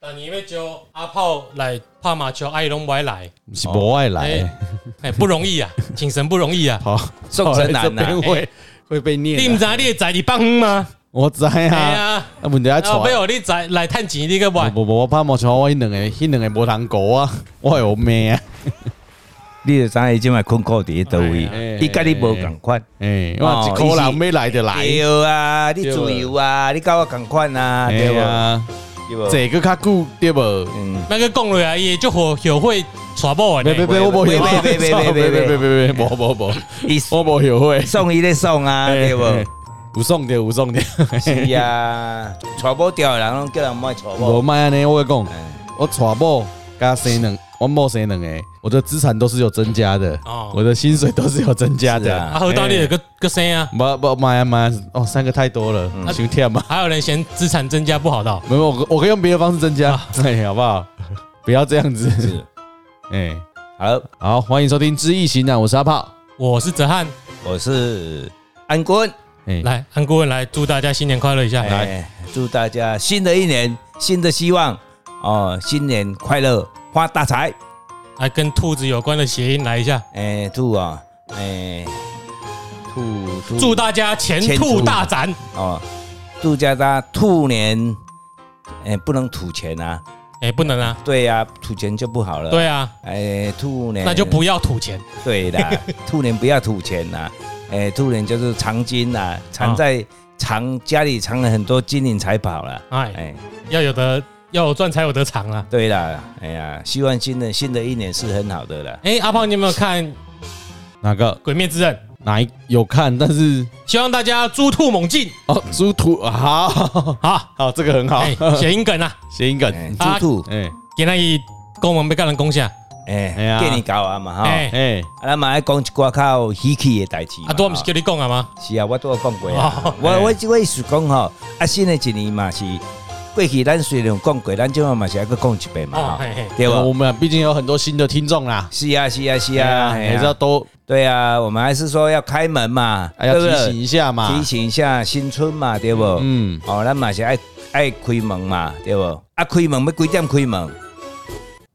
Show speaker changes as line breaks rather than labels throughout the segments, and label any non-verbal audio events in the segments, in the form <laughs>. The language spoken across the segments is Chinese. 但你要招阿炮来拍麻将，阿伊拢不爱来，
是无爱
哎
来，
哎、不容易啊，请神不容易啊。
跑
众神难
跑来这边
呐，
会会被
你唔
念
知
啊。
道你的仔你放远吗？
我知
哎
啊，
呀，
啊问题啊
后
带
尾。哦，你仔来趁钱，你个玩，
无无，我拍毛球，我迄两个，迄两个无通顾啊，我会有命啊。
你就知道伊即卖困苦伫倒
哎
呀
位，伊甲你无共款。
诶，我一个人要来就来，
对啊，你自由啊，你甲我共款啊，对
对
无？
啊，
对无？
坐个较久对无？
嗯，
那个讲落来伊就后后悔娶某的
别
呢。
别别，我无后悔，别别别，无无无，
伊
我无后悔，
送伊咧送啊，对
哎
无？？
有送着有送着，
是啊，娶某掉的人拢叫人莫娶
无
某。
卖安尼，哎我甲讲，
哎
我娶某加生两，我某生两个，我的资产都是有增加的，我的薪水都是有增加
是
的。
啊
哦啊，后到
哎
你有个个生啊，
不不，买啊买啊！哦，三个太多了，太忝嘛。
还有人嫌资产增加不好到，
没有，我我可以用别的方式增
啊
加， <laughs> 哎，好不好？不要这样子。 <laughs> 哎，
好，
好，欢迎收听《知易行难》，我是阿炮。
我是哲翰，
我是安坤，
哎，
来，韩国人来祝大家新年快乐一下。
哎，祝大家新的一年新的希望哦，新年快乐，发大财。
来跟兔子有关的谐音来一下，
哎，兔啊，哎，兔兔
祝大家前兔大展。
哦，祝家大兔年，哎，不能吐钱啊，
哎，不能啊，
对呀、吐钱就不好了。，
对啊，
呃哎，兔年
那就不要吐钱。
对
<laughs>
啦，兔年不要吐钱啦，哎，兔年就是藏金
啊
啦，藏在藏家里藏了很多金银财宝啦。
哎，
哎，
要有的要有赚才有得藏啊。
对啦，哎呀，希望新的新的一年是很好的啦。
哎，阿胖，你有没有看《
哪个
鬼灭之刃》？
哪一有看？但是
希望大家猪兔猛进。
哦，猪图好 <laughs>
好，
好，这个很好 <laughs>
哎，，谐音梗啊，
谐音梗。
哎，
啊
猪兔，
哎
给那一公文被干人攻下。
哎
哎呀，
给你搞啊嘛哈，啊
哎，
哎，
咱嘛爱讲一寡较稀奇的代志。
啊，多不是叫你讲啊吗？
是啊，我都有讲过啊
哦。
我
嘿
我我意思讲吼，啊，新的一年嘛是过去咱虽然有讲过，咱今晚嘛是还佫讲一遍
哦
嘛，吼
嘿嘿，
对
我
吧？
们啊毕竟有很多新的听众啦。哎
是啊，是啊，是啊，嘿
还是要
啊
多
对啊，我们还是说要开门嘛，
哎要
对不
提
对
醒一下嘛。
提醒一下新春嘛，对不？
嗯，
哦，咱嘛是爱爱开门嘛，对不？啊，开门要几点开门？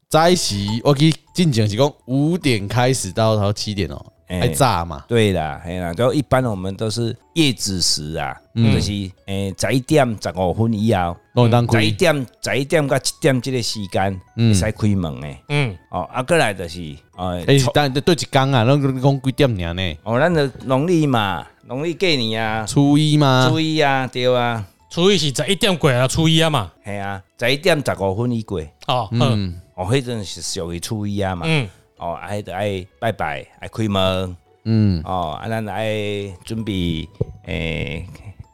早起我去进前是讲五点开始到到七点哦，
哎
还炸嘛。
对啦，嘿啦，就一般我们都是夜子时啊，
嗯
就是诶十一点十五分以后，
弄当
十
亏，
一点十一点到七点这个时间，
嗯
会使开门诶。
嗯，
哦，啊，过来就是，哦，
哎
初，
但对一天啊，那个讲几点尔呢？
哦，咱就农历嘛，农历过年啊，
初一吗？
初一啊，对啊，
初一是十一点过啊，初一啊嘛。
系啊，十一点十五分以过，
哦，嗯
嗯
哦，迄阵是属于初一啊嘛，
嗯，
哦，啊，迄就爱拜拜，爱开门，
嗯，
哦，啊，咱爱准备，诶、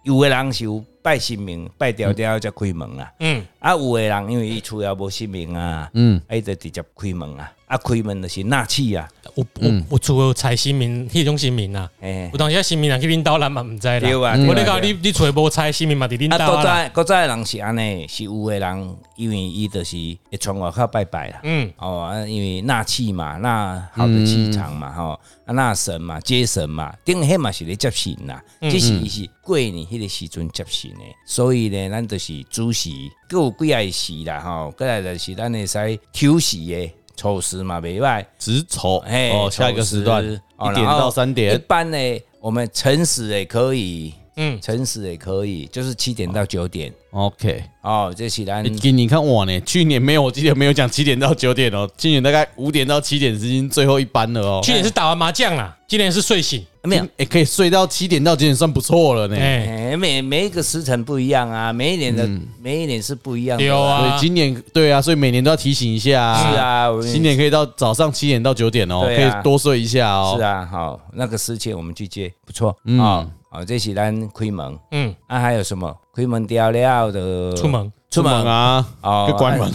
有的人是有拜神明，拜条条才开门啦，
嗯，
啊，有的人因为伊厝也无神明啊，
嗯，
啊，伊就直接开门啊，啊，开门就是纳气啊，
我我我厝有财神明，迄种神明啊。
诶、
有当时啊，新民人去恁兜咱嘛毋知啦。
对啊，
我
对
你
啊
讲你你揣无菜，新民嘛伫恁
啊，
兜
古
啦。
早古早的人是安尼，是有的人因为伊就是会从外口拜拜啦，
嗯，
哦，啊，因为纳气嘛，纳好的气场
嗯
嘛，吼、啊纳神嘛，接神嘛，顶迄嘛是咧接神啦，
嗯
只是伊是过年迄个时阵接神的，所以呢，咱就是主食，各有几啊个时啦，吼、过来就是咱会使抽时的，丑时嘛袂歹，
子丑，
嘿
哦，下一个时段
丑时
一
哦
点
然后
到三
一
点，
般呢，我们辰时也可以，
嗯
<laughs> 辰时也可以，就是七点到九点。
OK，
哦，这是咱
欸给你看我呢，去年没有，我记得没有讲七点到九点哦，今年大概五点到七点是已经最后一班了哦。
去年是打完麻将啦，今年是睡醒。
啊没有，
欸可以睡到七点到九点算不错了呢。
哎，
哎，每每一个时辰不一样啊，每一年的每一年是不一样的。
有
所以
啊，
今年对啊，所以每年都要提醒一下
是，啊，我
今年可以到早上七点到九点哦，可
对啊
以多睡一下哦。
是啊，好，那个时间我们去接，不错
嗯
啊。哦，这是咱开门
嗯，
啊，还有什么开门掉了的？
出门
出门啊
啊，
哦
去关门，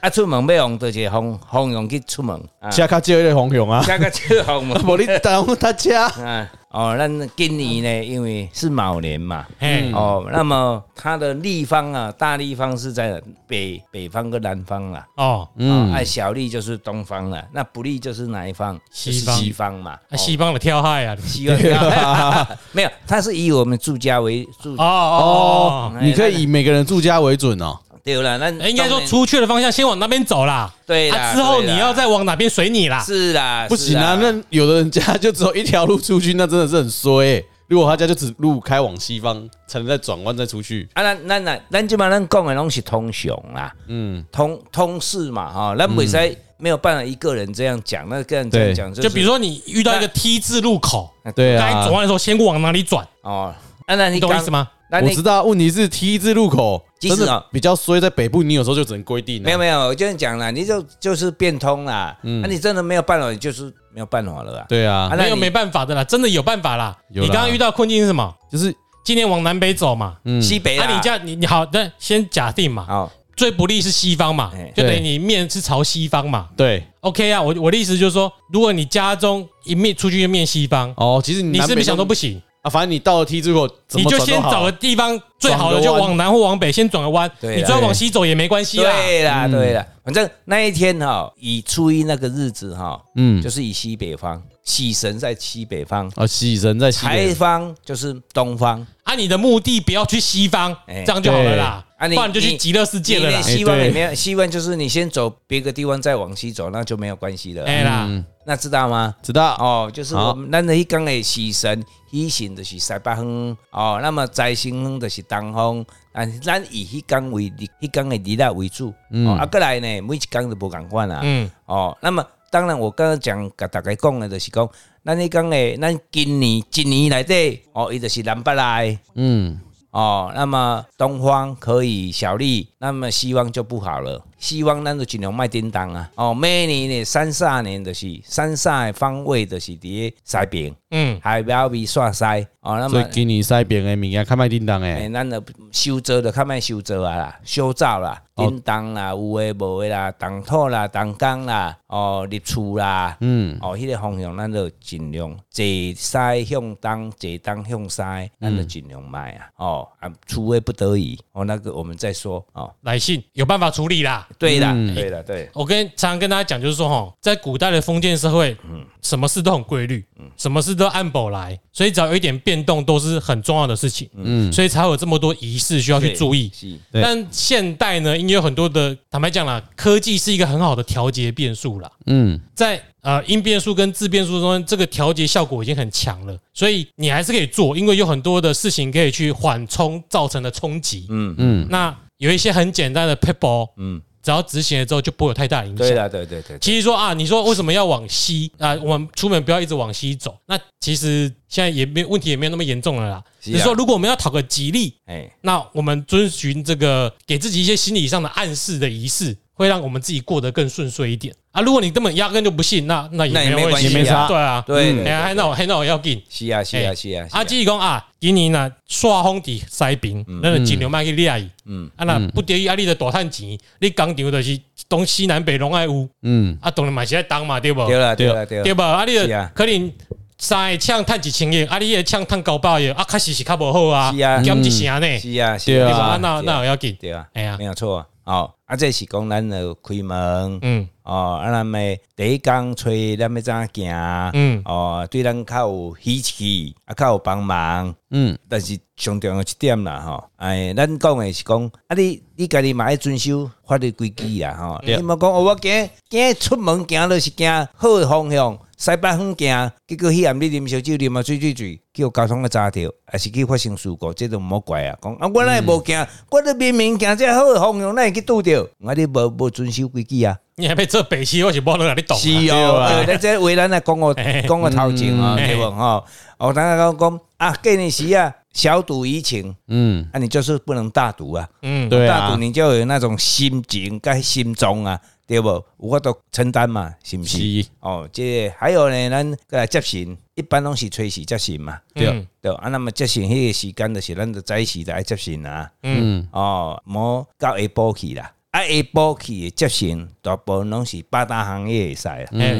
啊，出门要用就是方方用去出门啊，
车卡借一个红熊啊， <laughs>
加个这方门
无你等他车。
<laughs> 啊。哦，咱今年呢，因为是卯年嘛，
嘿，
哦，那么它的立方啊，大立方是在北北方跟南方啦。
哦，
嗯，哎，小利就是东方了，那不利就是哪一方？
西方
就是西方嘛，
啊西方的啊跳嗨啊，
哦西方 <laughs> 没有，它是以我们住家为住，
哦哦，
你可以以每个人住家为准哦。
对啦，那
哎应该说出去的方向先往那边走啦。
对啦
啊，之后
对啦
你要再往哪边随你啦。
是啦，
不行啊，
哎是啦
那有的人家就只有一条路出去，那真的是很衰、欸。如果他家就只路开往西方，才能再转弯再出去。
啊，咱咱咱咱即嘛，咱讲的拢是通常啦，嗯，通通事嘛，哈，咱袂使没有办法一个人这样讲，那个人这样讲，
嗯就比如
说
说你遇到一个 T 字路口，
对
该
啊
转，弯的时候先往哪里转，
哦，啊，那
你
你
懂我意思？吗？
那
我
你
知道，问题是 T 字路口
即使
真的
啊
比较衰，在北部你有时候就只能规定啊、
没有没有，我就是讲啦，你就就是变通啦，那你真的没有办法，你就是没有办法了啊。
嗯对啊
啊，那
没有
你
没办法的啦，真的有办法啦。
有
你
啦
刚刚遇到困境是什么？
就是
今天往南北走嘛。
嗯
西北
啊，
啦，
你这样你你好，那先假定嘛，
好，
最不利是西方嘛
哎，
就等于
对
你面是朝西方嘛。
对
OK 啊，我我的意思就是说，如果你家中一面出去就面西方，
哦。其实你
你是
南北
不是想都不行？
啊，反正你到了 T 字路口，怎
你
么
就
转
先
都好
找个
啊。
地方最好的就往南或往北先转个弯，
对啊哎
你就要往西啊走也没关系啦。
对啦
嗯
对啦，反正那一天哈，以初一那个日子哈，
嗯
就是以西北方，喜神在西北方，
啊，喜神在西
财
北，
方就是东方。
啊，你的目的不要去西方，
哎
这样就好了啦。
对啊你
不然就去极乐世界了啦
你连。希望也
哎对
没有，希望就是你先走别个地方，再往西走，那就没有关系了。
哎啦，
那知道吗？
知道哦？
哦，就是我们咱的迄讲的西神，西神就是西北风，哦，那么财星风就是东风，但咱以迄讲为日，迄讲的日啦为主，哦，啊，过来呢，每一讲都无共款啊，
嗯，
哦，那么当然我刚刚讲，甲大家讲的就是讲，咱迄讲的，咱今年一年内底，哦，伊就是南北来。
嗯，
哦，那么东方可以小利，那么西方就不好了。西方咱就尽量卖叮当啊。哦，每年呢三煞年就是三煞的方位就是伫西边，
嗯，
海标比煞西。哦，那
所
么
以给你西边的物件较卖叮当
诶、
诶，
咱就修造就较卖修造啊啦，修造啦，
哦
叮当啦，有诶无诶啦，动土啦，动工啦，哦，立厝啦，
嗯，
哦，迄、个方向咱就尽量坐西向东，坐东向西，咱
嗯
就尽量卖啊。哦，啊，除非不得已，哦，那个我们再说。哦，
来信有办法处理啦。
对啦，
嗯
对啦，对，
我跟常常跟大家讲，就是说哈，在古代的封建社会，
嗯
什么事都很规律，什么事都按本来，所以只要有一点变动都是很重要的事情，
嗯
所以才会有这么多仪式需要去
对
注意。
是，
对
但现代呢，因为有很多的，坦白讲啦，科技是一个很好的调节变数啦。
嗯，
在呃因变数跟自变数中间，这个调节效果已经很强了，所以你还是可以做，因为有很多的事情可以去缓冲造成的冲击。
嗯
嗯
嗯，那有一些很简单的 people，
嗯，
只要执行了之后就不会有太大影
对
响。
啦，对对对，对
其实说啊，你说为什么要往西啊？我们出门不要一直往西走。那其实现在也没问题，也没有那么严重了啦。
是
只
啊
是说，如果我们要讨个吉利，
哎，
那我们遵循这个给自己一些心理上的暗示的仪式，会让我们自己过得更顺遂一点啊。如果你根本压根就不信，那那也
那也
没有
没
关
关
系，
系啊也没差
对啊，
对对
哎呀，还那我还那我要紧。
是啊，是啊，
哎
是啊，是嗯
啊，只是讲啊，今年呢，煞风伫西边，咱就尽量卖去掠伊。嗯，啊，那不得已啊，你就大趁钱，你工厂就是东西南北拢爱有，
嗯，
啊，当然嘛是爱当嘛，对不？
对啦，对啦，对
对
啦，
吧？啊，你就是
啊
可能三个厂趁一千亿，啊，你个厂趁九百亿，啊，确实是较无好啊，
是啊
减一成呢，
是啊，是
对
对吧？
啊
啊
啊，，那那我要紧。
对啊，
哎呀
没有错。哦，啊，这是讲咱的开门，
嗯
哦，啊，咱们第一工吹，咱们怎行？
嗯，
哦，对咱较有喜气，啊，较有帮忙。
嗯，
但是上重要一点啦，吼，哎，咱讲的是讲，啊你你家己嘛要遵守法律规矩啦，吼，你
对
莫讲哦，我今今出门行就是行好的方向，西北方行，结果迄暗你啉烧酒，啉啊醉醉醉，叫交通个砸着，还是去发生事故，这都毋好怪啊。讲啊，我哪会无行，
嗯
我都明明行这好的方向，哪会去拄着？啊，你无无遵守规矩啊？
你还被这北西，我是不能让你懂啊。
是
对
哦
啦，
咱这为咱来讲个讲个头前啊，
<laughs> 嗯
对无吼？哦，咱讲讲啊，过年时啊，小赌怡情。
嗯，
啊，你就是不能大赌啊，
嗯，
对
大
啊
赌，你就有那种心情跟心中啊，对不？我都承担嘛，是不是？
是，
哦，这个还有呢，咱个接神，一般拢是催时接神嘛，
对，
对吧啊，那么接神迄个时间就是咱就早起就爱接神啊，
嗯，
哦，无到下晡去啦，啊下晡去的接神，大部分拢是八大行业会使啦，
哎，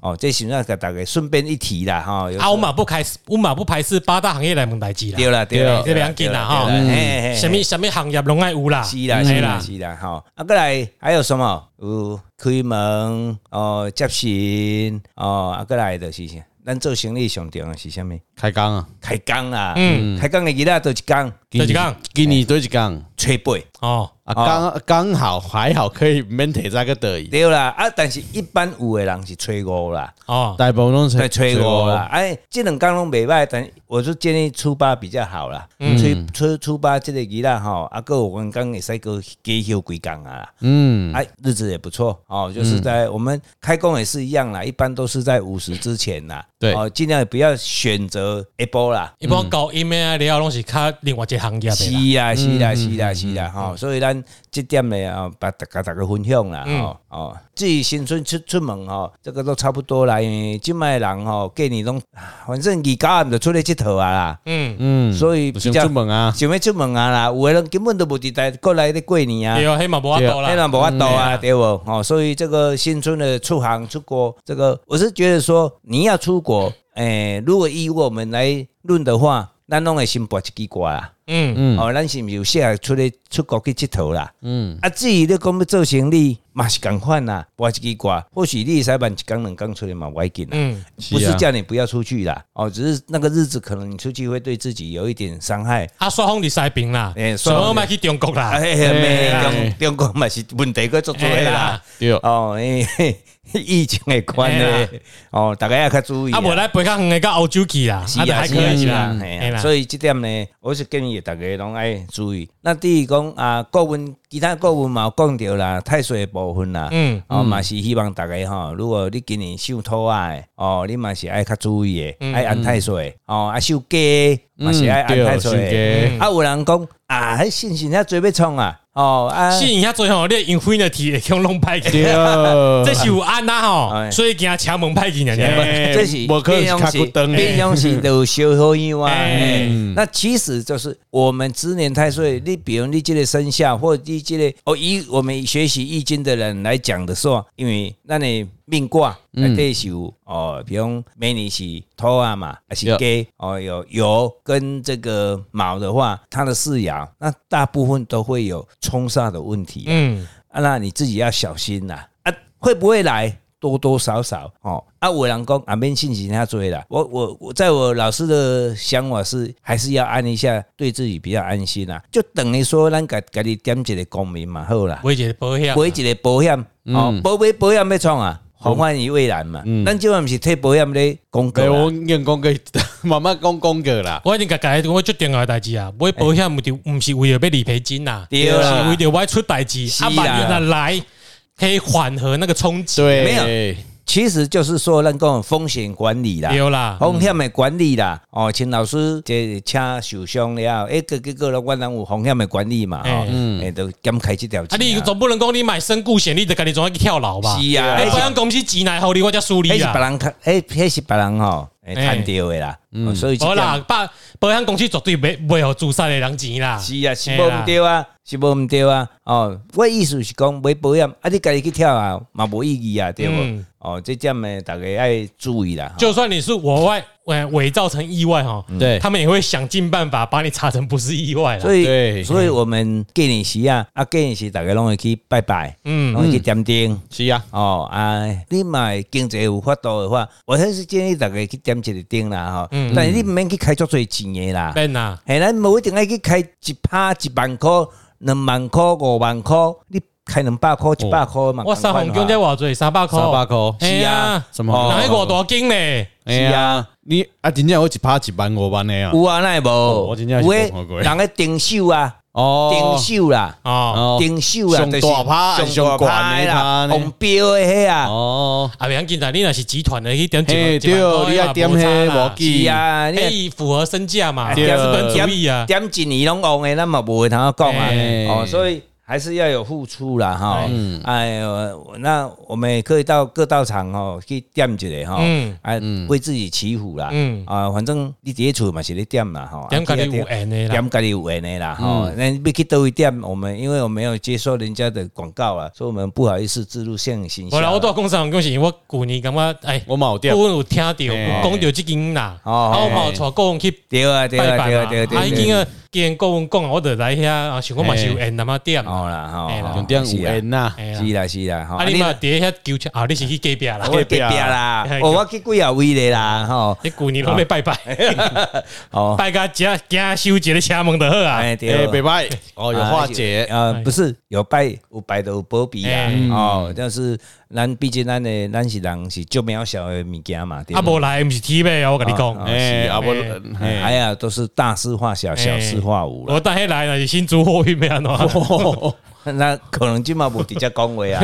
哦，这时阵给大家顺便一提啦，哈、有时
啊，
候
我嘛不开，我嘛不排斥八大行业来问代志啦。
对啦对啦，
这两件啦哈
对啦嘿嘿嘿
什么什么行业拢爱有嗯啦，
是啦，
嘿
是啦，是啦，吼，啊，过来还有什么？有开门哦，接信哦，啊，过来就是啥咱做生意上重要的是啥物？
开工啊，
开工啦，
嗯
开工的日仔都一工
就是讲
给你对一工，
吹背，
哦，
啊，啊，刚刚好还好可以免提这个得意，
对啦，啊，但是一般有的人是吹五啦，
哦，
大部分拢
在
是
吹五啦，哎，这两天拢袂歹，但我就建议初八比较好啦，吹吹初八这个鱼啦吼，啊，还有我们刚会使个加休几工啊啦，
嗯，
哎，日子也不错哦，就是在我们开工也是一样啦，一般都是在五十之前啦，
对
哦，尽量不要选择一波啦。
一般搞 email 啊，了拢是较另外一个行
嗯
业
是
的啦。
啦，是啦，是啦，是啦，吼！所以咱这点呢，啊，把大家大家分享啦，
嗯
吼哦。至于新春出出门吼，这个都差不多啦，因为即卖人吼，过年拢啊反正二九暗就出来佚佗啊啦，
嗯，
嗯，
所以比
想
较
出门啊，
想要出门啊啦，有的人根本都无伫在国内咧过年啊
哦
对。啊，迄嘛无法度
那
啦。
人无法度
嗯
啊，对不？哦，所以这个新春的出行出国，这个我是觉得说，你要出国，诶、如果以我们来论的话，咱拢会先博一支歌啦。
嗯，
嗯
哦，咱是毋是有适合出去出国去佚佗啦？
嗯，
啊，至于你讲要做生意，嘛是共款啦，博一支歌，或许你会使办一工两工出来嘛，无要紧啦。
嗯，
是
不是
啊
叫你不要出去啦，哦，只是那个日子可能你出去会对自己有一点伤害。
啊，刷风伫西边啦，
哎
所
刷
以
风
我莫去中国
啊，
啦。
嘿嘿
哎
咩中中国嘛是问题个足多
哎
的啦。，
对，
哦，因为疫情的关
嘿啦
系，哦，大家要较注意
啊，无
啦。
咱飞较远的到欧洲去啦，
是
啊，就
啊，
还
是
可
啊，
以
是
啦
啊，。
嘿
嘿
啦
啊，所以这点呢，我是建议大家拢爱注意。那至于讲啊，顾问其他顾问嘛有讲到啦，太岁的部分啦，
嗯
哦嘛是希望大家吼，如果你今年受土啊的，哦，你嘛是爱较注意
嗯
的，爱安太岁，哦，啊受鸡的嘛是爱安
嗯
太
对
岁
有
鸡
的。啊，有人讲啊，迄信息遐做要创啊，哦啊，
吸引遐最吼，你的 infinity 会向弄歹去，这
对，
是有安呐吼，
呃哎
所以惊车门歹去呢。
哎
<laughs> 这是
无可能是卡骨灯
变
诶，
相是有小好样啊。
哎
哎那其实就是我们知年太岁，你比如你这个生肖，或者你这个哦，以我们学习易经的人来讲的说，因为那你命卦
嗯
内底是有哦，比如每年是兔啊嘛，还是鸡哦，有酉跟这个卯的话，它的四爻，那大部分都会有冲煞的问题啊、
嗯，
啊，那你自己要小心啦。啊，会不会来？多多少少哦。啊，我人讲啊，免信息他追啦。我我我，在我老师的想法是，还是要安一下，对自己比较安心啦。就等于说，咱家家己点一个公民嘛，好啦，
买一个保险，
买一个保险哦，保买保险要创啊，防范于未然嘛。咱即晚毋是替保险咧广告
对，
啦
我硬讲个， <laughs> 慢慢讲讲个啦，
我已经甲家己讲，我决定的代志啊，买保险毋是毋是为了要理赔金呐，
对啦
是为了我要出代志，
是
啊，
啦
万一若来可以缓和那个冲击，
对，
没
네.
其实就是说，咱讲风险管理啦。
啊对啦，
风险的管理啦，哦，请老师这车受伤了，诶，个个个了，我人有风险的管理嘛，
哎
哦，诶，都减开这条
啊，
钱
你
啊。
总不能讲你买身故险，你得家己总要去跳楼吧？
是啊
哎
那是
保险公司钱来后你，我才输
迄
你
是别
啊。
人看，迄迄是别人吼，诶，
哎
看到的啦，哦所以这
无啦
点，
保保险公司绝对袂袂互自杀的人钱啦。
是啊，是
嘿
无
啦
毋对啊，是无毋对啊，哦，我意思是讲买保险，啊，你家己去跳啊，嘛无意义啊，对无
嗯？
哦，这点呢，大家爱注意啦。
就算你是我外伪伪造成意外哈，
嗯
对，
他们也会想尽办法把你查成不是意外啦。
所以，
对
所以我们过年时啊，啊，过年时大家拢会去拜拜，
嗯，
拢会去点灯。
是啊，
哦，啊，你嘛经济有法度的话，我还是建议大家去点一个灯啦吼。
嗯
但是你毋免去开足多钱的啦，
Ben 啊呐，
嘿，咱无一定爱去开一拍一万箍、两万箍、五万箍，你开两百箍、一百箍嘛。
哦我三红姜才偌济，三百块，
三百箍
哎呀，
什么
哪迄五大斤咧？
哎呀，你啊，真正有一拍一万五万的啊，
有啊，那无，
我真正是
有
没
诶
看过，
人诶顶手啊，顶
哦，
手啦，
哦，
哦
顶手啦，
上
就是
大趴还是
上
上
趴
悬的趴
啦，
呢
红标的迄啊。
哦，
啊，袂要紧啦，你若是集团的，去点一
嘿，
万
对，你
哎
要点黑无
记，
记
是，啊，你
哎，伊符合身价嘛，
对
资本主义啊，
点一年拢旺的，咱嘛无会通讲啊
哎。
哦，所以还是要有付出啦哈
嗯。
哎呦，那我们也可以到各道场哦去点一下哈
嗯，
哎，为自己祈福啦。
嗯
啊，反正你伫厝嘛是咧点啦吼，
点家己有
啊
缘的啦，
点家己有缘的啦吼。那你要去倒一点，我们因为我没有接受人家的广告啊，所以我们不好意思植入性形
无
象
啦，
啦。
我都讲三红姜是因为我旧年感觉哎。
我嘛有点
我，有听到，有
哎
讲到即间啦，
哦
啊，我嘛有带个人去
对啊，对
拜
啊，
拜
对
啦
啊，对啊，对啊
啊，已
对
经
啊。
啊，既然顾问讲啊，我就来遐啊，想讲嘛是有缘那么点。
好啦，吼，
用点有缘呐，
哎呀
是啦是啦，吼
啊，你嘛伫遐求签啊，你是去隔壁啦
我？隔壁啦，哦我去几啊位咧啦，吼，
你旧年拢咧拜拜，
哦，
<laughs> 拜个只惊收一个车门就好啊。
哎
哎，
对，
拜拜，哦，有化解，
呃，不是有拜有拜的有保庇啊
哎，
哦，但是咱毕竟咱的咱是人是足渺小的物件嘛，对
啊，
吧
无来毋是体呗，我跟你
啊
讲。
哎，啊不，
哎
哎，
呀，都是大事化小，小事化无了。
我带迄来若是新竹货运咩安怎？
<laughs> 那可能今嘛无底下恭维啊，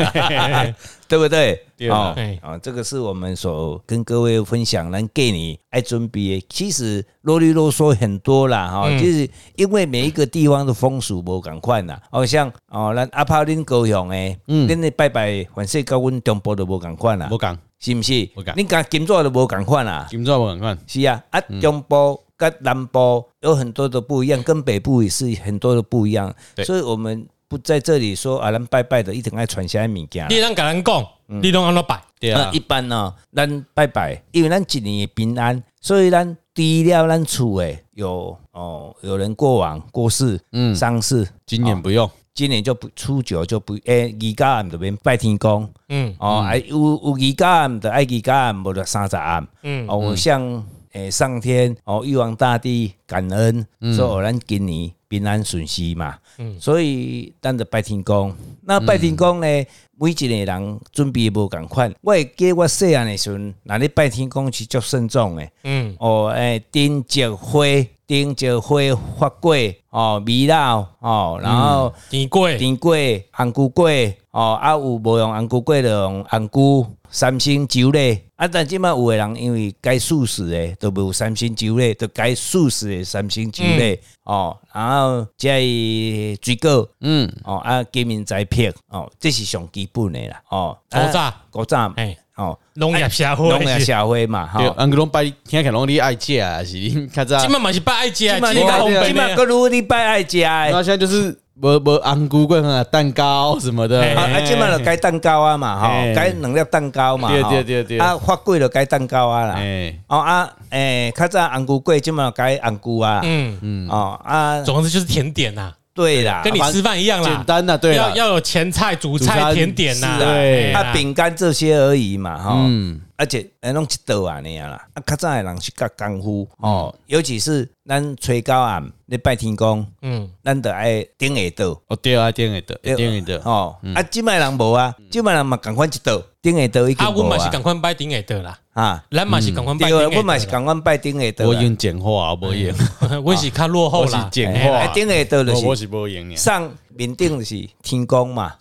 <laughs>
对不对？
对
哦
啦
嘿
啊，这个是我们所跟各位分享，咱给你爱准备的。其实啰里啰嗦很多啦，哈、
嗯
就是因为每一个地方的风俗无同款啦。哦，像哦，咱阿炮恁高雄诶，恁的拜拜，凡正甲阮中部都无同款啦
嗯无，讲，
是毋是？
无同
恁甲金主都无同款啦。
今朝无讲看，
是啊，啊，
嗯
中部跟南部有很多的不一样，跟北部也是很多的不一样，
对
所以我们不在这里说啊，咱拜拜的一定爱传下来物件。
你咱甲咱讲，
嗯
你拢安怎拜？
对
啊
啊，
一般呢、咱拜拜，因为咱一年的平安，所以咱除了咱厝诶有哦有人过往过世，嗯，丧事，
今年不用，
今年就不初九就不诶，二家暗就免拜天公，
嗯
哦，哎、有有二家暗就爱二家暗，无就三十暗。
嗯，
哦，向诶、上天哦，玉皇大帝感恩，
嗯
说哦咱今年平安顺遂嘛，所以咱着拜天公。那拜天公呢，
嗯
每一个人准备无共款。我会记我细汉的时阵，那咧拜天公是足慎重的。
嗯
哦，诶，丁石花，丁石花发粿，哦，米酪，哦，然后
甜粿，
甜粿、红菇粿，哦，啊有无用红菇粿就用红菇、三星酒类。啊，但即摆有诶人因为改素食诶，都无三星酒类，都改素食诶三星酒类、哦，然后再水果，
嗯，
哦啊鸡面栽片，哦，这是上基本诶啦，哦，
古早
古早，
哎，
哦，
农业社会，
农业社会嘛，吼、
对，俺个拢拜，听起拢你爱吃啊，是你较早，
即满嘛是拜爱食，即
嘛
满
你
甲红
嘛
白
你嘛，
的，
各如你拜爱食诶
然后。现在就是无无昂菇棍啊，蛋糕什么
啊
的，
啊，即摆就改蛋糕啊嘛，吼，
嘿
改两粒蛋糕嘛，
哎对
吼
对对对
啊，发粿就改蛋糕啊啦，
哎，
哦啊，诶，较早红菇粿，即摆就改红菇啊，
嗯，
哦啊，
总之就是甜点呐，
对啦，
跟你吃饭一样啦，
简单
啊
呐，对
要
了，
要有前菜、主
主
菜、
餐
甜点呐，
是啊对
哎呀
啊，饼干这些而已嘛，吼，
嗯，
而且诶，拢一道安尼啊啦，啊，较早的人是较功夫哦，
嗯
尤其是咱吹高暗咧拜天公，
嗯，
咱得爱顶下道。
哦，对啊，一定会的，一定会的，
哦，啊，即摆人无啊，即摆人嘛共款一道，顶下道已经
啊，阮
无
嘛是
啊，
共款拜顶下的啦，
啊，
咱嘛是共款拜
对
顶
啊，
下
阮嘛是
的
共款拜顶下道
我
啦。
用简化，无用，
阮是较落后
我是
啦，
简
哎
化
啊，，顶下道就
我我
是
哎是无用的，
上面顶就是天公嘛，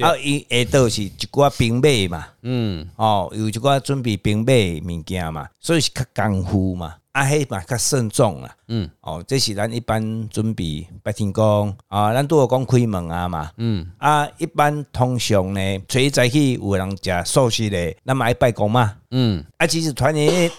啊，伊下道是一寡兵马嘛，
嗯，
哦，有一寡准备兵马的物件嘛，所以是较功夫嘛，啊，迄嘛较慎重啦，嗯，哦，这是咱一般准备拜天公啊，咱拄有讲开门啊嘛，嗯，啊，一般通常呢，初一早起有的人食素食的，咱嘛爱拜公嘛，
嗯，
啊，其实团年夜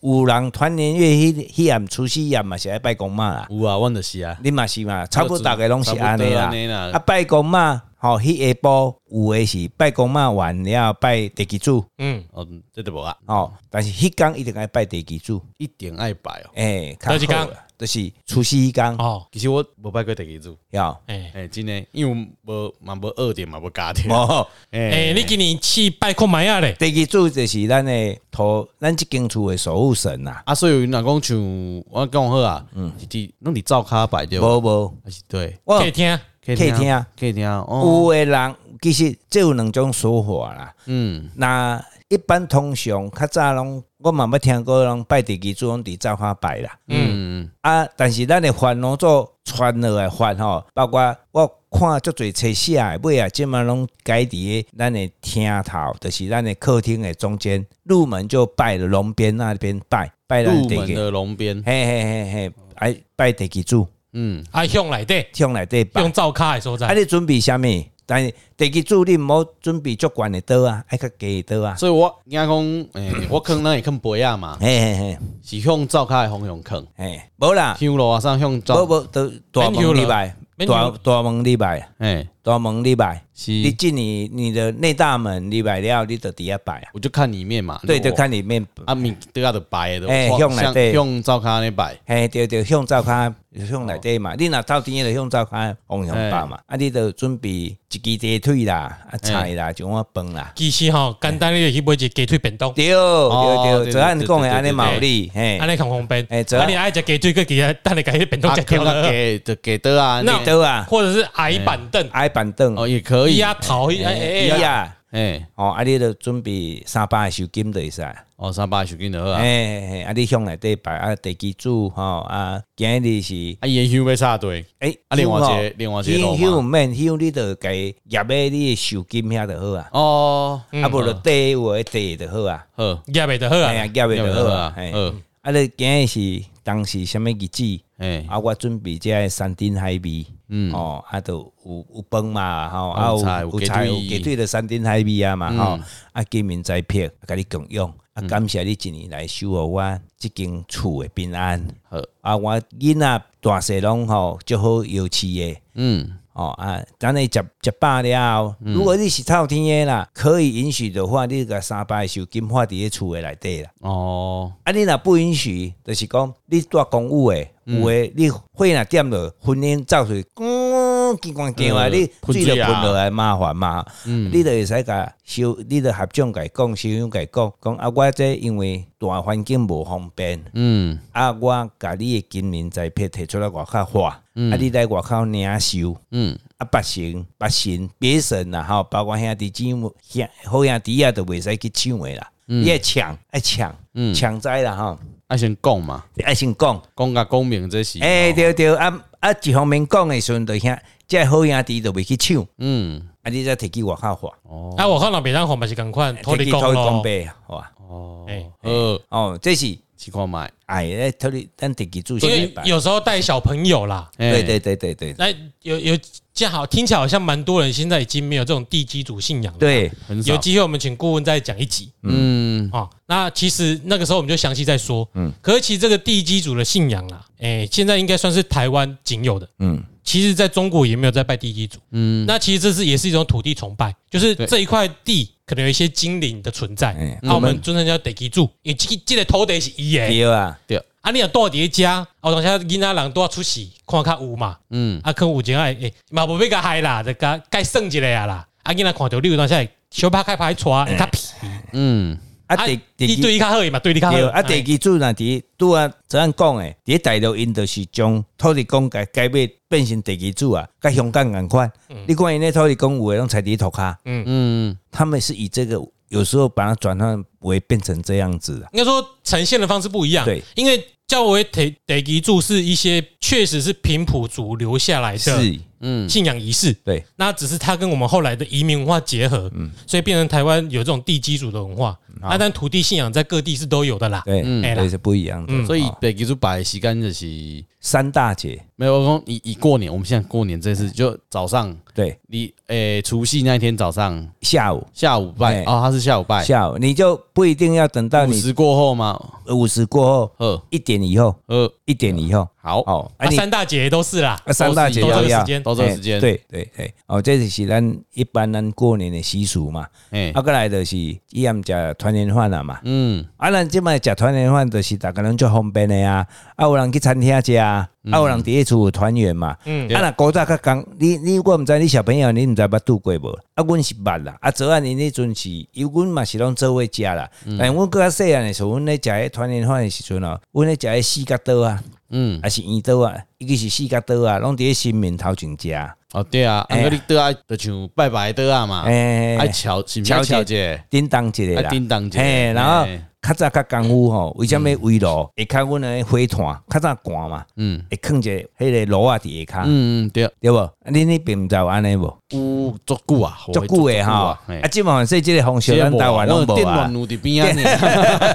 有人团年夜迄迄暗除夕夜嘛是爱拜公嘛啦。
有啊，阮就是啊，
你嘛是嘛，差不多大家拢是安尼
差不多安尼
啦
啦。
啊，拜公嘛，吼、迄下晡有诶是拜公嘛完了拜地基主，
嗯，
哦，这都无啊，
吼、但是迄工一定爱拜地基主，
一定爱拜哦。
诶、欸，
哪一天
较好啦就是除夕哦迄工，
哦，
其实我无拜过第二组，
哟、
哎
哎、真诶，因为无嘛无二点嘛无加点，
哦，
哎，你今年去拜看买啊咧，
地基主就是咱诶土，咱即间厝诶守护神呐、
啊，所以若讲像我讲好啊，嗯，是伫拢伫灶骹拜对吧，
无无，
还是对，
我
客厅，
可以
客厅啊
可以听啊，哦，
有诶人其实这有两种说法啦。
嗯，
那一般通常较早拢，我嘛捌听过人拜地基主拢伫灶骹拜啦。
嗯，
啊，但是咱的番拢做传落来番吼，包括我看足侪册写的尾啊，即嘛拢改伫个咱的厅头，就是咱的客厅的中间，入门就拜了龙边那边拜拜咱
入
地
门
基，
的龙边，
嘿嘿嘿嘿，哎拜地基主，
嗯，
啊向内底
向内底拜
用。灶卡的所
啊，
在，
你准备啥物？但是地基主你毋好准备足悬的刀啊，爱较低的刀啊。
所以我惊讲，诶、我坑咱会坑杯啊嘛，
嘿嘿嘿，
是向灶骹的方向坑，
嘿，无啦，
香炉啊上向
无
灶，
无，都大
免休
门礼
啦
拜
免，
大
休
大门礼拜。
诶、
大门你摆，
是
你进你你的内大门你摆了，你就底下摆啊。
我就看里面嘛，
对，
如果
就看里面，
啊，面对啊，就摆的，
哎向内
像
底
向灶骹咧摆，
嘿，对对，向灶骹向内底嘛。你若到底就向灶骹往上摆嘛。啊，你就准备一支鸡腿啦，啊菜啦，一碗饭啦。
其实吼，简单你就去买一个鸡腿便当，
对
哦
对对，
对
就按
对
讲
对
的安尼
对
嘛有理，嘿
安，尼很方便。
哎这
啊，你爱食鸡腿，个其他等你家己便当
啊，
食掉
向
了
个，给就给的啊，
那
你
对啊，哎
或者是矮板凳、
矮板凳，
哦也可以，
压头，哎哎
椅
哎，
啊，
哎，
哦，啊，你就准备三百的收金就会使。
哦三百手机就好啊，
哎哎，啊，你向内底摆啊，地基主吼啊，今日是
啊烟香要插队，
诶，
啊另外一个
香哦
另外一个路嘛
香香免香，你就该入诶，你的手金遐就好啊，
哦，
啊，无就地有诶地就好啊，
好，
压袂得好
哎
啊
呀，，夹诶就好啊，
夹的
哎
就好啊嗯，
啊，你今日是当时什物日子？
哎，
啊，我准备遮个山顶海味，嗯，哦，啊，都有有饭嘛，吼，啊，
有菜
有
有鸡
菜
腿
有鸡腿的山顶海味啊嘛，吼，啊，金明栽片，甲你共用，啊，感谢你一年来守护我即间厝的平安，
好，
啊，我囡仔大细拢吼，足好摇饲的。
嗯，
哦啊，咱你食食饱了后，如果你是透天的啦，可以允许的话，你甲三百收金花伫咧厝的内底啦。
哦，
啊，你若不允许，就是讲你住公有诶，有诶，你火若点落，婚姻走出去，咣叽咣叽啊，
呃
你
喷
水
水
就
啊
喷落来麻烦嘛。你就会使甲收，你就合掌甲伊讲，收养甲伊讲，讲啊，我这因为大环境无方便，
嗯，
啊，我甲你诶金银财帛摕出来外口花，啊，你来外口领收。
嗯，
啊，八神、八神、别神啦，吼，包括兄弟姊妹、兄好兄弟啊，都袂使去抢的啦，你爱抢，爱抢，抢灾啦，吼，
啊先讲嘛，
你爱先讲，
讲甲讲明这是，哦
诶，对对，啊啊，一方面讲的时阵，就兄，这好兄弟都袂去抢，
嗯，
啊，你再摕去外口花，
哦，
啊，我看老北当红嘛是共款，托你
摕去
讲
土地公
咯，
伯，好吧？
哦
哎，
好，
哦，这是
试看卖，
哎，咧托你咱摕去做
因
先
为
吧。
有时候带小朋友啦，
对
哎
对对对对
来有有这好听起来好像蛮多人现在已经没有这种地基主信仰了。
对，
很少
有，机会我们请顾问再讲一集
嗯，
啊、那其实那个时候我们就详细再说。嗯，可是其实这个地基主的信仰啦，哎、现在应该算是台湾仅有的。
嗯，
其实在中国也没有在拜地基主。嗯，那其实这是也是一种土地崇拜，就是
对
这一块地可能有一些精灵的存在啊
哎，
那我们尊称叫地基主，因为这个这个土地是伊的。
对啊，
对，
啊，你若住伫咧遮，啊，有当时啊囡仔人都要出世，看较有嘛。
嗯，
啊，可能有一个爱，诶、嘛无要甲害啦，就甲该算一下啦。啊，囡仔看到你有当时会小拍开拍带，会较皮。
嗯，
啊，地地
你
基
对伊较好，伊嘛对你较好
对，。啊，地基主若伫拄啊，怎样讲诶？伫大陆因就是将土地公改改变变成地基主啊，甲香港共款。你看因咧土地公有诶拢踩伫涂骹，
嗯，
他们是以这个有时候把它转换为变成这样子啊
应
的。
该说呈现的方式不一样。
对，
因为教为得得基柱是一些确实是平埔族留下来的
是，嗯
信仰仪式，
对，
那只是它跟我们后来的移民文化结合，
嗯
所以变成台湾有这种地基主的文化。啊，但土地信仰在各地是都有的啦。
对，
哎啦
对是不一样的。
所以
哦
北极洲摆的时间就是。
三大节，
没有，我说以以过年，我们现在过年这
嗯
次就早上，
对，
你诶、除夕那一天早上，
下午
下午拜
哎
哦，他是下午拜，
下午你就不一定要等到
午
你
时过后吗？
五十过后
呃
一点以后，
呃，
一点以后，
好，
哦，啊
啊，
你
三大节都是啦，
啊三大节
都
要
这个
要
时。间。
到这个时间，
哎，对对对，哦，这就是咱一般咱过年的习俗嘛。
哎、
啊，过来就是伊也毋食团圆饭啊嘛。
嗯，
啊，咱即摆食团圆饭，就是逐个人最方便的啊。啊，有人去餐厅食啊，啊，有人伫咧厝有团圆嘛。
嗯
啊，若古早较讲，你你我毋知你小朋友，你毋知捌拄过无？啊，阮是捌啦。啊，昨暗因迄阵是，伊阮嘛是拢做伙食啦。
嗯
但阮搁较细汉的时候，阮咧食迄团圆饭的时阵哦，阮咧食迄四角刀啊，
嗯，
啊是圆刀啊，伊个是四角刀啊，拢伫咧新面头前食。
哦对啊，
哎
安
呀
哥你对啊，就像拜拜的啊嘛，
哎
爱巧是不是要巧姐，
叮当一个啦，
啊叮当一个
嘿，然后
嘿
较早较功夫吼，为什物围炉？会较阮诶火炭，较早寒嘛，
嗯
会囥一个迄个炉啊伫下骹，
嗯嗯对，
对无？啊，恁迄边毋知有安尼无？
有足久啊，
足久诶吼，啊，即满说即个风
这
俗咱
没
台
啊
湾
我有
拢无
电
啊
暖。炉的边啊，
<laughs>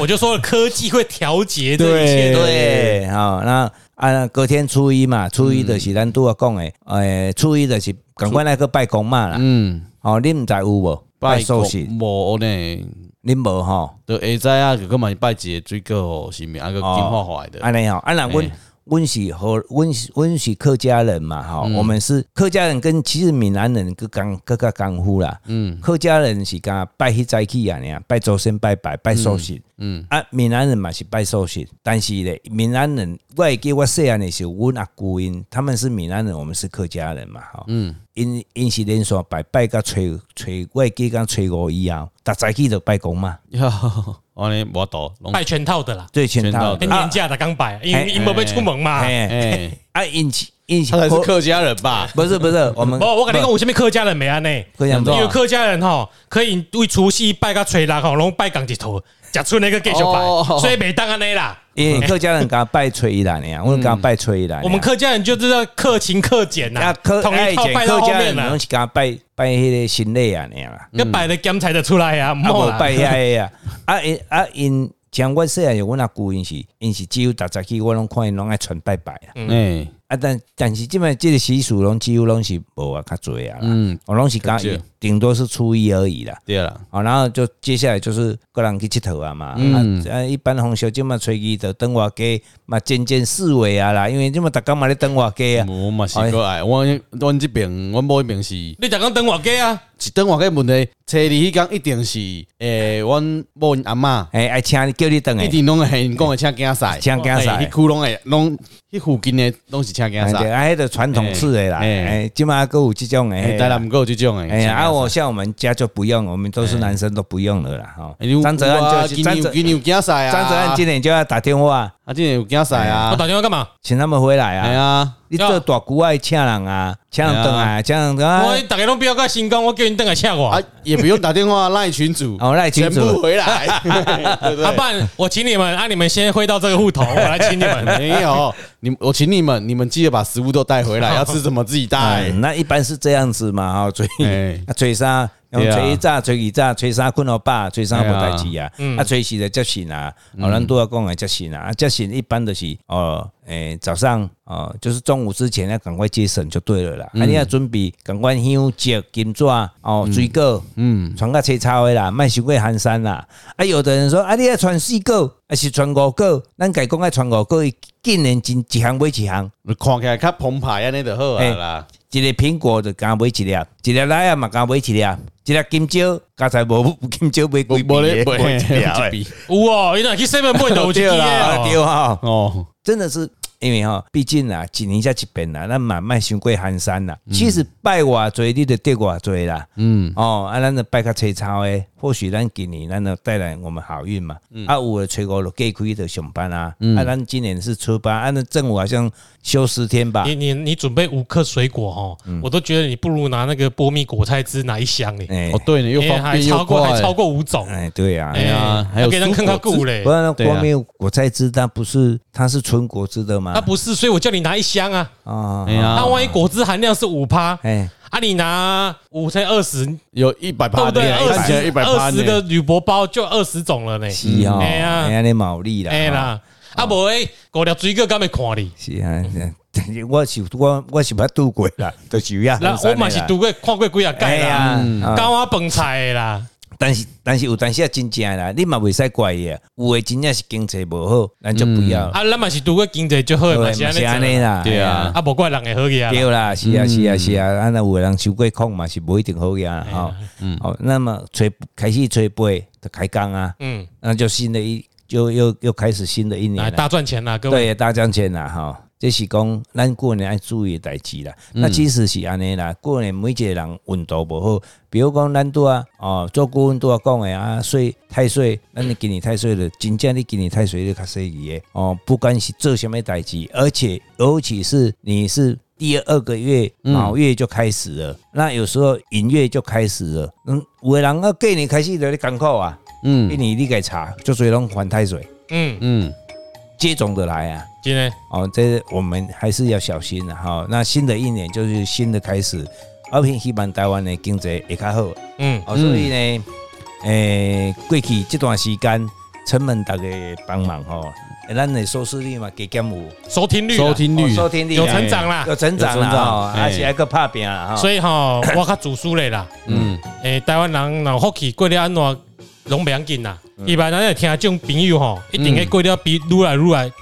我就说了，科技会调节这一切。
对，吼，那啊，隔天初一嘛，初一
嗯
就是咱拄啊讲诶，诶，初一就是赶快来去拜公妈啦。
嗯，
吼，恁毋知有无？拜寿
是
是，
无呢，
恁无吼？
就下早啊，就个嘛拜一个水果哦，是咪啊个金化化的， <laughs>
安尼吼，啊，若阮
嘿
温是和温温是客家人嘛，哈，我们是客家人跟其实闽南人各刚各个功夫啦，嗯，客家人是讲拜迄早起啊，尔拜祖先拜拜拜寿神，嗯啊，闽南人嘛是拜寿神，但是咧闽南人我会记我细汉的时候，阮阿姑因他们是闽南人，我们是客家人嘛，哈，嗯，因因是连续拜拜到初初我会记讲初五以后，逐早起就拜公嘛，
我呢无多，拢
拜全套的啦，
对，全套
跟哎年假的刚拜，因因没被出门嘛。
哎
哎，
啊，因是因是
<laughs> 他才是客家人
<laughs>
吧？
不是不是，我们
不，哦我跟
嗯
你讲，有啥物客家人没安尼？
客家人
因为客家人吼，可以为除夕拜到初六吼，拢拜港一头，食出那个继续
哦
拜，所以袂当安尼啦。
因为客家人敢拜吹一兰的呀，我们敢拜吹一兰的啊。
嗯我们客家人就知道克勤克俭
啊
呐，
客
统
哎
一套
简
拜
客
到后
家
面啊
人
啦
拢，是敢拜拜迄个新类啊，那样啦，
要摆的检才得出来呀，
啊
莫
无
啦。
拜遐个呀，啊因啊因。像我细汉时候，阮阿舅因是因是只有逐早起，我拢看因拢爱传拜拜啊。
嗯
哎，
啊，但但是即摆即个习俗拢几乎拢是无啊较侪啊啦。嗯，我拢是讲
较少
顶多是初一而已啦。
对了，
哦，然后就接下来就是个人去佚佗啊嘛，
嗯
啊啊，一般红小姐嘛吹伊就等我家嘛渐渐四维啊啦，因为这么大家嘛咧等我家啊，
我嘛是过来，我阮这边，阮某迄边是一
你逐工等我家啊，
等我个问题，初二迄工一定是诶，阮某因阿嬷
哎、哎，请你叫你等
一
诶，
定拢会因讲会请竞赛，
请竞赛
哎迄区拢会拢迄附近的拢是请竞
哎对，
赛，
啊，迄个传统式的啦，
哎哎
哎，即嘛都有这种
哎，
诶，
台南毋过有即种诶，
哎呀，啊，我像我们家就不用，我们都是男生都不用了啦，哈
哎你有，
张泽
有啊
安就
今
是
年
张
有
泽
今年有竞赛啊，
张泽安今年哎就要打电话
啊，今年有竞赛
我
啊，
打电话干嘛？
请他们回来
哎
啊，
呀，
你做大姑爱请人啊，请人等
哎
啊，请人等啊
我，大家拢不要甲新讲，我叫你等下请我。
啊
啊，，
也不用打电话赖群主，
哦赖群组
全部回来，对不对
啊不？然我请你们，啊，你们先汇到这个户头，我来请你们。
<laughs>
没有，你我请你们，你们记得把食物都带回来，要吃什么自己带
哎，。那一般是这样子嘛，哈，吹
哎
<laughs> 啊吹啥，用
对啊
吹一炸，吹二炸，吹三困落饱，吹三无代志啊，
嗯
啊吹是的接信啊，哦，咱都要讲的接信啊，啊接信一般都是哦，诶早上哦，就是中午之前要赶快接神就对了啦，
嗯
啊你要准备赶快香烛金纸哦水果，嗯，传个车草的啦，卖太过寒山啦，啊有的人说啊你要传四个，还是传五个，咱家讲要传五个，伊竟然真一项买一项。
看起来较澎湃安尼就好啊啦，
一个苹果就加买一粒，一粒奶啊嘛加买一粒，一粒金蕉，刚才无 <laughs> 金蕉买
无
几
无咧
粒，
买
<laughs>
一
粒
笔
有哦，你若去 seven 买就有一支
<laughs> 对啦，对
哦。
啊，
哦，
真的是。因为哈，毕竟啊，一年才一遍啦，咱嘛卖伤过寒山啦。
嗯
其实拜偌济，你就得偌济啦。嗯，哦，啊，咱就拜较吹操诶，或许咱今年咱就带来我们好运嘛。
嗯
啊，有诶吹五就过开就上班啊。啊，咱今年是初八，啊，那正午好像休十天吧。
你你你准备五克水果哦，
嗯
我都觉得你不如拿那个波蜜果菜汁拿一箱欸呢，
哎
哦对呢，又
因为
方
还
便
超
又
过还
快，
超过五种。
哎，对啊，
哎
呀还有
给人
蔬
看
果
看顾嘞
不。然呢
对啊
光明果菜汁它不是它是纯果汁的吗？
啊不是，所以我叫你拿一箱啊。
啊
哎，呀
那，万一果汁含量是五趴，
哎，
啊你拿五乘二十，
有一百
对
八
不对？
的，看
二
起来一
十
百八
二十个铝箔包就二十种了呢。
是哦，
哎呀
哎呀，你毛利啦，
哎
哦，
啦，啊无诶，五粒水果敢会看
<laughs>
你？
是啊， <laughs> 但是我是我我是捌拄过啦， <laughs> 就是有呀，
那我嘛是拄过看过几啊
哎
届啦，
呀，
嗯哦
啊
高我饭菜的啦，
但是但是有但是真正啦，你嘛袂使怪伊啊，有诶真正是经济无好，咱就不
哦
要，
啊咱嘛是拄过经济就好的，
对
嘛
嘛
是
是安
安
尼
尼啦，
啦，
对啊
哎呀
啊无怪人会好去啊啦。
对啦，是啊，是啊，是啊，啊，那有的人受过控嘛，是无一定好嘅
嗯
啊，吼，好，那么吹开始吹杯就开工啊，
嗯，
那就新的一就又又开始新的一
来
年了，
大赚钱啦，各位。
对，大奖钱啦，吼。这是讲咱过年爱注意的代志啦。
嗯
那其实是安尼啦，过年每一个人运度无好，比如讲咱拄啊，哦，做顾问拄啊讲的啊，岁太岁，咱你今年太岁了，真正你今年太岁你较细意的哦，不管是做什么代志，而且尤其是你是第二个月卯月就开始了，
嗯
那有时候寅月就开始了，嗯，有的人啊过年开始就咧艰苦啊，嗯，一年你该查，就所以拢犯太岁，
嗯，
嗯，
接踵的来啊。
今天
哦，这我们还是要小心的、哈、那新的一年就是新的开始，而且希望台湾的经济会较好。
嗯，
哦，所以呢，诶、过去这段时间，请问大家帮忙吼、诶咱的收视率嘛加减有，
收听率啦
收听
哦
率
收听率
有
啊
成长啦
有，成长
有
啦
成长
吼，
哎
而且还个拍拼啦吼。
所以
<coughs>
吼，我较自私咧啦。
啊嗯，
诶，台湾人若福气过了安怎，
嗯
拢袂要紧啦。一般咱咧听这种朋友吼，一定会过了比愈来愈来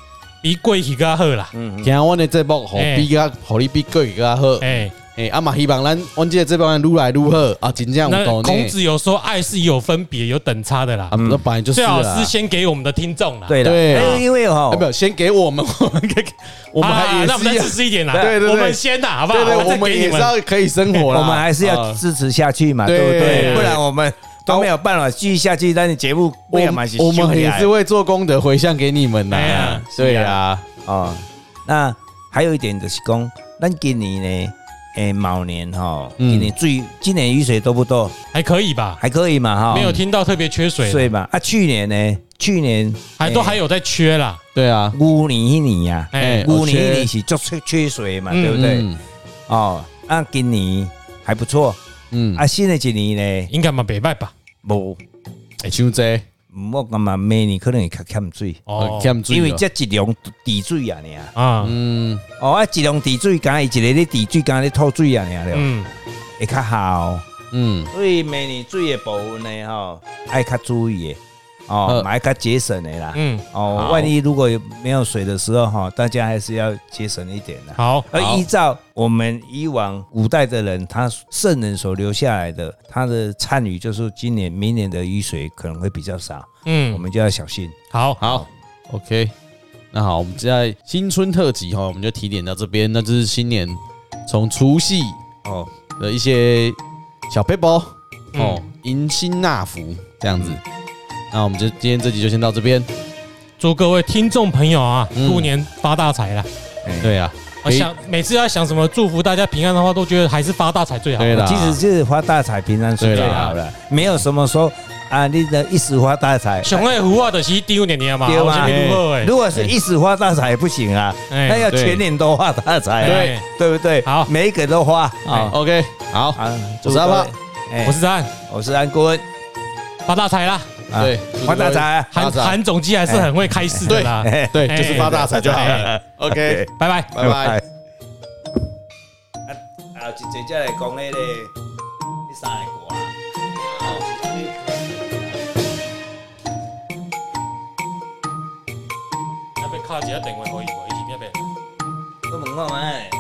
比过去较好啦。
听阮的节目，互比较，互你比过去较好。
哎，
诶，啊嘛，希望咱阮这个节目咱愈来愈好啊，真正有
那
道
孔
理。
子有说爱是有分别、有等差的啦
啊，，那本来就是
最
啦
好是先给我们的听众啦。
对了，
对
哎因为哈
啊，没有先给我们，我们给 <laughs> 我们还
啊，
也
那我们再
是要
自私一点啦，
对对对
我们先啦，好不好？
对对，
再
我们
给你
也是要可以生活啦，
<laughs> 我们还是要
啊
支持下去嘛，
对
对不对？
对
不然我们都没有办法继续下去，但是节目
我
没有嘛是
我们也是
会
会做功德回向给你们
哎
呐
呀。
对呀，
哦。那还有一点就是讲，咱今年呢，诶，卯年哈，
嗯
今年最今年雨水多不多？
还可以吧？
还可以嘛
啊
哈，
没有听到特别缺水，
水嘛。啊，去年呢，去年
还都还有在缺啦。
对啊，
五年一年呀，
哎
哎，
五年一
缺
年是就缺缺水嘛，
嗯
对不对？
嗯
哦，啊，今年还不错，
嗯，
啊，新的一年呢，
应该嘛北拜吧？
无。
像哎这
我感觉明年可能会较欠水，
哦，
欠水
因为
了
这一量滴水啊，尔
啊，
嗯
哦啊，一量滴水，敢伊一个咧滴水，敢咧吐水啊，尔了，
嗯，
会较好。
嗯
所以明年水的部分呢，吼，爱较注意的，哦
好，
买较节省的啦。
嗯
哦
好，
万一如果没有水的时候，哈，大家还是要节省一点啦。
好，
而
好
依照我们以往古代的人，他圣人所留下来的，他的参与就是今年、明年的雨水可能会比较少，我
嗯，
们就要小心。
好，
好，OK，那好，我们在新春特辑哈，我们就提点到这边，那就是新年从除夕哦的一些小 p a
嗯
哦，迎新纳福这样子。那我们就今天这集就先到这边。
祝各位听众朋友啊，
嗯
兔年发大财啦！
对啊，
我想每次要想什么祝福大家平安的话，都觉得还是发大财最好。
对啦
其实是发大财，平安是啊
对
最
啦
好了，没有什么说啊，你的一时发大财。
熊爱胡啊，就是丢年年嘛，
对
我前
嘛
面录哎，
如果是一时发大财也不行啊，
哎
那要
对
全年都发大财啊，
对
对不对？
好
每一个都发啊
OK，好，
啊！
我是阿
爸
炮，
哎
我是赞，
我是安坤，
发大财啦！
啊
对
发大财啊，
发
韩
财
韩总机还是很会开市的啦，
哎 <laughs>
对，
哎
就是发大财就好了。OK，
拜拜。
哎拜拜。。
啊啊！直接再来讲那个，你三个歌啊。
要被敲一下电话可以无？伊是咩变？
我问看卖。